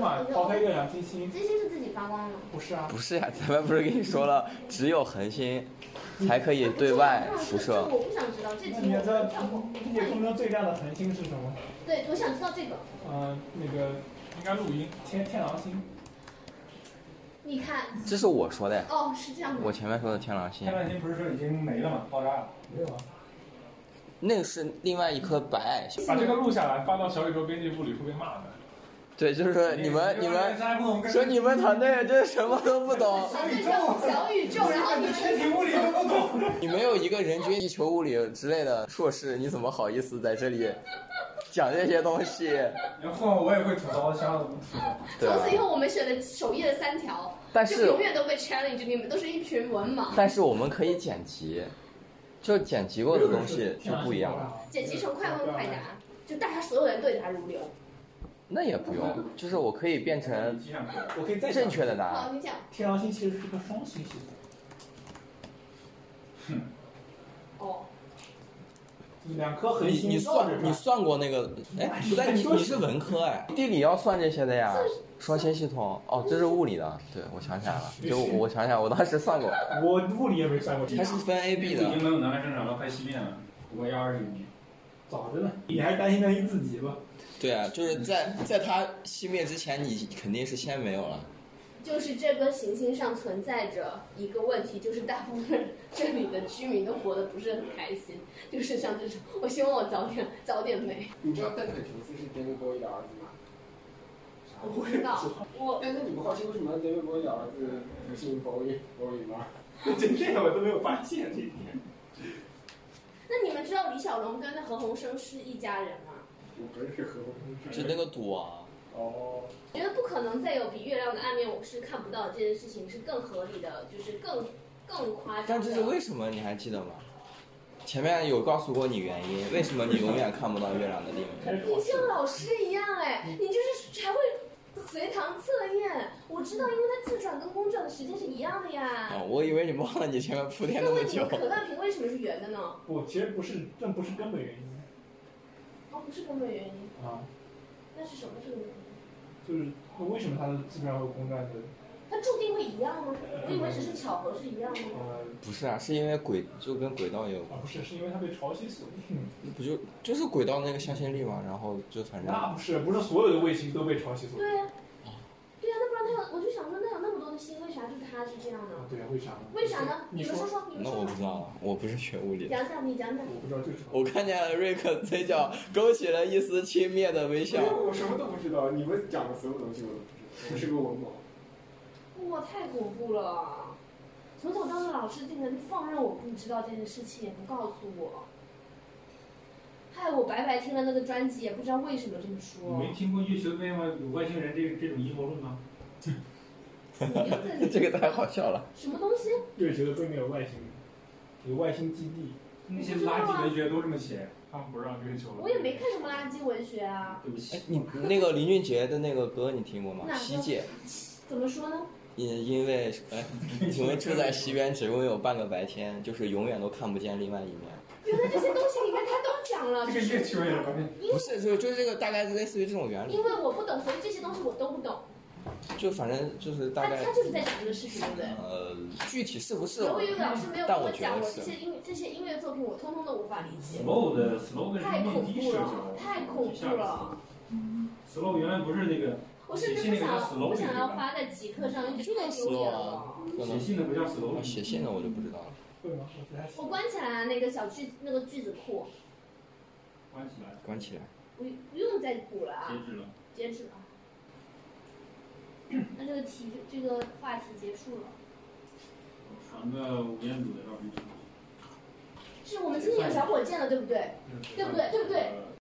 嘛，抛开月亮、金星，金星是自己发光的吗？不是啊？不是呀、咱们不是跟你说了，只有恒星才可以对外辐这射个。我不想知道，这题那你我知道跳过。夜空中最亮的恒星是什么？对，我想知道这个。呃，那个应该录音，天天狼星。你看，这是我说的呀，哦，是这样的。我前面说的天狼星天，狼星不是说已经没了吗？爆炸了。没有啊。那个是另外一颗白矮星。把这个录下来发到小宇宙编辑部里会被骂的。对，就是说你们你们说你们团队这什么都不懂，这种小宇宙，然后你身体们物理都不懂。你没有一个人均地球物理之类的硕士，你怎么好意思在这里讲这些东西？ 然后我也会吐槽，想想怎么吐槽。对吧从？此以后我们选了首页的三条，但是就永远都被 challenge，你们都是一群文盲，但是我们可以剪辑，就剪辑过的东西就不一样了。了剪辑成快问快。答，啊就大家所有人对答如流。那也不用，就是我可以变成机上去了我可以再讲正确。的答案。好，你讲。天狼星其实是个双星系统，哦，就是两颗恒你星你绕着算转你算过那个？哎，不对，你你是文科哎，地理要算这些的呀。双星系统哦，这是物理的。对，我想起来了，就我想起来，我当时算过，我物理也没算过这它个，是分 A B 已的。经没有能量生产了，快熄灭了。我要二十厘米。早着呢。你还担心担心自己吧？对啊，就是在在它熄灭之前，你肯定是先没有了。就是这颗行星上存在着一个问题，就是大部分这里的居民都活得不是很开心，就是像这种，我希望我早点早点没，你知道邓肯琼斯是 David Bowie 的儿子吗？我不知道，我但是你不好奇为什么 David Bowie 的儿子不姓 Bowie Bowie 吗？真这个我都没有发现这一点。那你们知道李小龙跟何鸿燊是一家人吗？我不认识何鸿就那个赌王，哦，我觉得不可能再有比月亮的暗面我是看不到这件事情是更合理的，就是更更夸张但的。这是为什么？你还记得吗？前面有告诉过你原因，为什么你永远看不到月亮的另一面？你像老师一样嗯哎，你就是还会随堂测验。我知道，因为它自转跟公转的时间是一样的呀。哦，我以为你忘了你前面铺垫那那么问你久们。可乐瓶为什么是圆的呢？不，其实不是，这不是根本原因哦，不是根本原因，啊，那是什么是根本原因？就是为什么它的自转和公转的它注定会一样吗？我以为只是巧合是一样的。呃不是啊，是因为轨就跟轨道也有啊不是，是因为它被潮汐所令。不就就是轨道那个向心力嘛，然后就反正那不是，不是所有的卫星都被潮汐所令。对呀，哦对呀，那不然它有，我就想说，那有那么多的星，为啥就它是这样呢？啊对啊，为啥呢？为啥呢？你你们说说，说，你们那说我不说，知道了，我不是学物理的。讲讲你讲讲。我不知道就是我看见了瑞克嘴角勾起了一丝轻蔑的微笑 因为。我什么都不知道，你们讲的所有东西我都不知道，我是个文盲。哇，太恐怖了！从小到大，老师竟然放任我不知道这件事情，也不告诉我，害我白白听了那个专辑，也不知道为什么这么你说。没听过月球飞吗？有外星人这这种阴谋论吗？你又在那 这个太好笑了。什么东西？月球的背面有外星，有外星基地。那些垃圾文学都这么写，他们不让月球了。我也没看什么垃圾文学啊，对不哎起，，你那个林俊杰的那个歌你听过吗？哪个西界，怎么说呢？因因为 哎，请问住在西边只拥有半个白天，就是永远都看不见另外一面。原来这些东西里面他都讲了，这 就个是月球也能不是，就就这个大概类似于这种原理因，为我不懂，所以这些东西我都不懂。就反正就是他大概他就是在讲这个事情，对不对？呃，具体是不是由我于老师没有跟但我我觉讲，得我是这些音这些音乐作品，我通通都无法理解。 slow 的 slow 跟太是恐内地怖视了角，，太恐怖了！ slow 原来不是那个我甚至不想不想要发在极客上，就太丢脸啊了。啊可写能信的不叫 slow，啊写信的我就不知道了。会吗？我不太喜我欢。关起来那个小句那个句子库，关起来关起来，不不用再补了啊，截止了。截止了。那这个题这个话题结束了。传个吴彦祖的照片。是我们今天有小火箭了，对不对？对不对对不对？